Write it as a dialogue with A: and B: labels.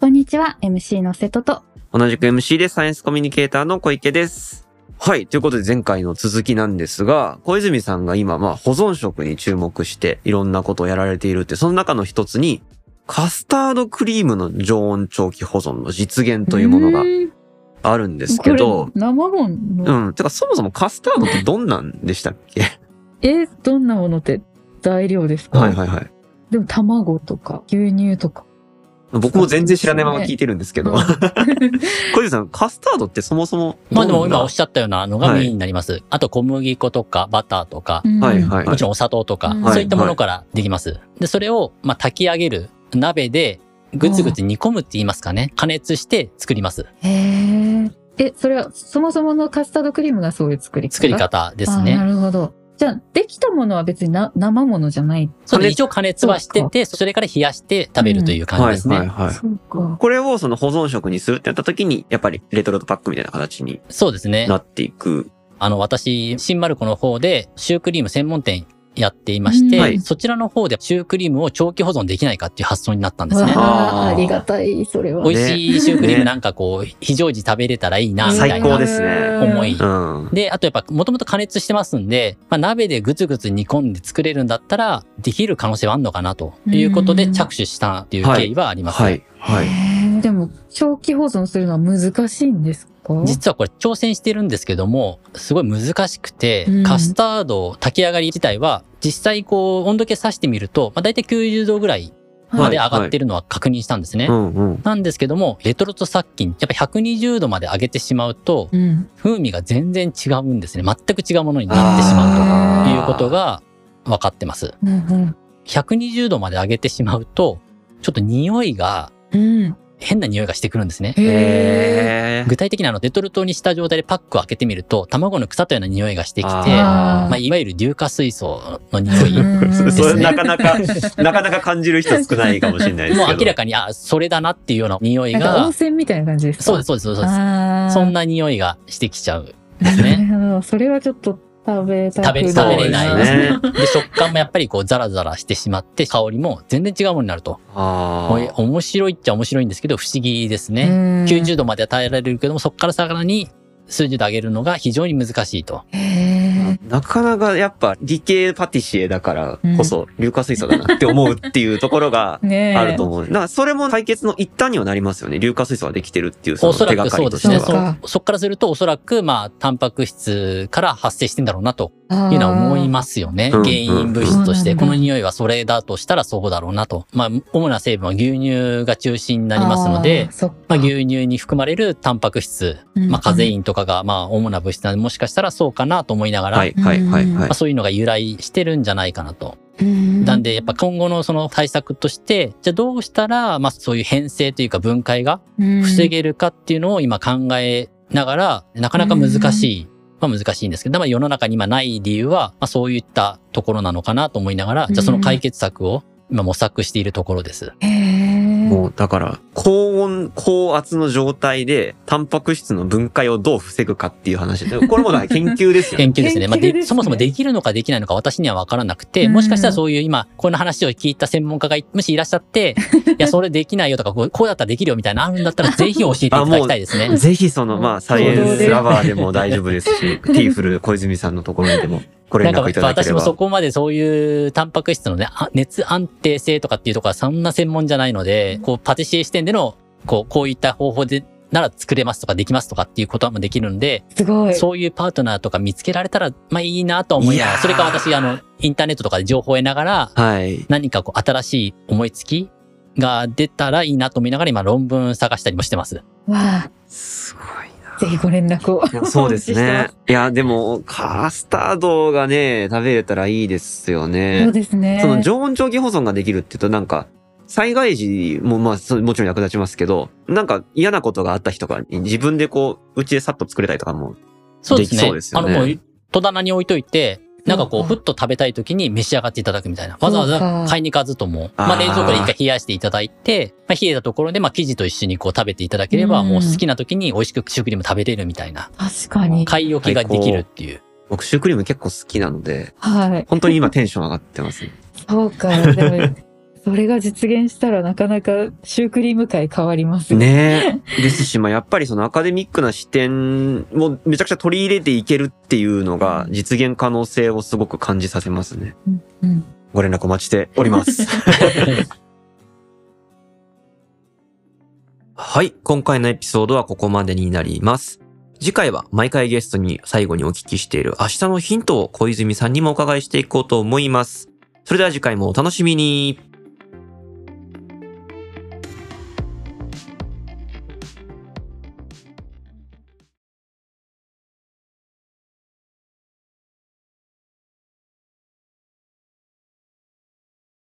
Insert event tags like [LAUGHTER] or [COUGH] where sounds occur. A: こんにちは、MC の瀬戸と。
B: 同じく MC でサイエンスコミュニケーターの小池です。はい。ということで前回の続きなんですが、小泉さんが今、まあ、保存食に注目していろんなことをやられているって、その中の一つに、カスタードクリームの常温長期保存の実現というものが
A: で
B: あるんですけど、
A: 生もの、
B: うん。てかそもそもカスタードってどんなんでしたっ
C: [LAUGHS]
B: け
A: え、どんなものって材料ですか
B: はいはいはい。
A: でも卵とか牛乳とか。
B: 僕も全然知らないまま聞いてるんですけど、 [LAUGHS] 小泉さん、カスタードってそもそも
C: まあで
B: ど
C: も
B: んな
C: 今おっしゃったようなのがメインになります。あと小麦粉とかバターとか、
A: うん
B: はいはいは
C: も
B: い
C: ち。ろんお砂糖とか、
A: うん
C: そういったものからできます。で、それをまあ炊き上げる鍋でぐつぐつ煮込むって言いますかね。加熱して作ります。
A: へーえ、それはそもそものカスタードクリームがそういう作り方
C: 作り方です
A: あーな
C: ね。
A: るほど。じゃあ、できたものは別にな生ものじゃない。
C: それ
B: 加
C: で
B: 熱
C: 一応加熱はしてて、それから冷やして食べるという感じですね。
B: はいはいはい。
A: そうか。
B: これをその保存食にするってなった時に、やっぱりレトルトパックみたいな形に
C: そうですね。
B: なっていく。
C: あの、私、新丸子の方でシュークリーム専門店やっていまして、
A: うん
B: はい
C: そちらの方でシュークリームを長期保存できないかっていう発想になったんですね。
A: わ
B: あー
A: ーありがたい、それは。
C: 美味しいシュークリームなんかこう、非常時食べれたらいいな、みた
B: 最
C: い
B: 高
C: な
B: ですね
C: 思い。
B: うん。
C: で、あとやっぱ、もともと加熱してますんで、まあ、鍋でぐつぐつ煮込んで作れるんだったら、できる可能性はあるのかな、ということ
A: う
C: で
A: ん
C: 着手したっていう経緯はあります。
B: はい。はい。
A: へーでも、長期保存するのは難しいんですか
C: 実はこれ挑戦してるんですけども、すごい難しくて、
A: うん
C: カスタード炊き上がり自体は、実際こう温度計さしてみると、まあ、大体90度ぐらいまで上がってるのは確認したんですね。
B: うんうん。
C: なんですけども、レトルト殺菌、やっぱ120度まで上げてしまうと、
A: うん。
C: 風味が全然違うんですね。全く違うものになってしまうということが分かってます。
A: うん。
C: 120度まで上げてしまうと、ちょっと匂いが、
A: うん。
C: 変な匂いがしてくるんですね。
A: へえ。
B: へー
C: 具体的にあのデトルトにした状態でパックを開けてみると卵の草というような匂いがしてきて
B: あ
C: まあ、いわゆる硫化水素の匂いも
A: うん
B: ーそれなかなか、 [LAUGHS]
A: ですね
B: なかなか感じる人少ないかもしれないですけど。
C: う明らかにあそれだなっていうような匂い
A: なんか温
C: が
A: 泉みたいな感じですか
C: そうですそうですそうです
A: あー
C: そんな匂いがしてきちゃうです
A: な
C: ね
A: るほど。それはちょっと食べたく
C: 食べ食べれな
B: そうで
C: いですす
B: ね
C: ねで食感もやっぱりこうザラザラしてしまって香りも全然違うものになると
B: あ
C: もう
B: ー
C: 面白いっちゃ面白いんですけど不思議です
A: う
C: ね
A: ん
C: 90度までは耐えられるけどもそこからさらに数十度上げるのが非常に難しいと
A: へー
B: なかなかやっぱ理系パティシエだからこそ、硫化水素だなって思うっていうところが
A: ねえ。
B: あると思う。だからそれも解決の一端にはなりますよね。硫化水素ができてるっていうそ
C: お
B: の
C: そ
B: 手
C: ら
B: が
C: く
B: か
C: そ
B: り
C: う
B: と
C: で
B: して
C: す
B: は。
C: ね。
A: そうか
C: そそっからするとおそらく、まあ、タンパク質から発生してんだろうなと
A: あー。
C: いうのは思いますよね。
B: うん
C: 原因物質とし
A: う
C: て。
A: ん
C: この匂いはそれだとしたらそうだろうなと。まあ、主な成分は牛乳が中心になりますので
A: ー、そっか
C: まあ、牛乳に含まれるタンパク質、まあ、カゼインとかが、まあ、主な物質なので、もしかしたらそうかなと思いながら、
B: はいはいはいは
C: ま
B: い
C: あ、。そういうのが由来してるんじゃないかなと。
A: うん
C: なんで、やっぱ今後のその対策として、じゃあどうしたら、まあ、そういう変性というか分解が防げるかっていうのを今考えながら、なかなか難しい。まあ難しいんですけど、まあ世の中に今ない理由は、まあそういったところなのかなと思いながら、じゃあその解決策を今模索しているところです。
A: うんへー
B: もうだから高温高圧の状態でタンパク質の分解をどう防ぐかっていう話でこれもだから研究ですよね。
C: 研究ですね。まあ
A: 研究
C: で
A: ですね
C: そもそもできるのかできないのか私には分からなくて、
A: うん
C: もしかしたらそういう今、この話を聞いた専門家がいもしいらっしゃって、いや、それできないよとか、こうこうだったらできるよみたいなのあるんだったら、ぜひ教えていただきた
A: [LAUGHS]
C: いですね。
B: ぜひそのまあサイエンスラバーでも大丈夫
C: [LAUGHS]
B: ですし、ティーフル小泉さんのところにでもご
C: な
B: 連
C: んか
B: 絡いただけ
C: 私
B: れ
C: も
B: ば。
C: そこまでそういうタンパク質のね、あ熱安定性とかっていうところはそんな専門じゃないので、こうパティシエ視点での、こう、こういった方法で、なら作れますとかできますとかっていうこともできるんで、
A: すごい。
C: そういうパートナーとか見つけられたら、まあいいなとは思いなが
B: いや
C: ら、
B: ー
C: それか私、あの、インターネットとかで情報を得ながら、
B: はい。
C: 何かこう新しい思いつきが出たらいいなと思いながら今論文探したりもしてます。
A: わ
B: すごい
A: あ、ぜひご連絡を。
B: いやそうです
A: お待
B: ね
C: [LAUGHS]
A: ちして。
B: いや、でも、カスタードがね、食べれたらいいです
A: ま
B: よ
A: すそう
B: ね。
A: ですね。
B: その常温長期保存ができるって言うと、なんか、災害時も、まあ、そうもちろん役立ちますけど、なんか嫌なことがあった日とかに自分でこう、うちでさっと作れたりとかも
C: そうですね。
B: できそうですよね
C: あのもう戸棚に置いといて、なんかこう、
A: そうか
C: ふっと食べたい時に召し上がっていただくみたいな。わざわ
A: そうか
C: ざ買いに行かずとも、ま
B: あ
C: あ
B: ー
C: 冷蔵庫で一回冷やしていただいて、まあ冷えたところで、まあ生地と一緒にこう食べていただければ、
A: うん
C: もう好きな時に美味しくシュークリーム食べれるみたいな。
A: 確かに。
C: 買い置きができるっていう。
B: 僕、シュークリーム結構好きなので、
A: はい。
B: 本当に今テンション上がってますね。
A: そうか。でもそれが実現したらなかなかシュークリーム界変わりますね。
B: ねえ。ですし、まあ、やっぱりそのアカデミックな視点をめちゃくちゃ取り入れていけるっていうのが実現可能性をすごく感じさせますね。
A: うんうん
B: ご連絡お待ちしております。はい。今回のエピソードはここまでになります。次回は毎回ゲストに最後にお聞きしている明日のヒントを小泉さんにもお伺いしていこうと思います。それでは次回もお楽しみに。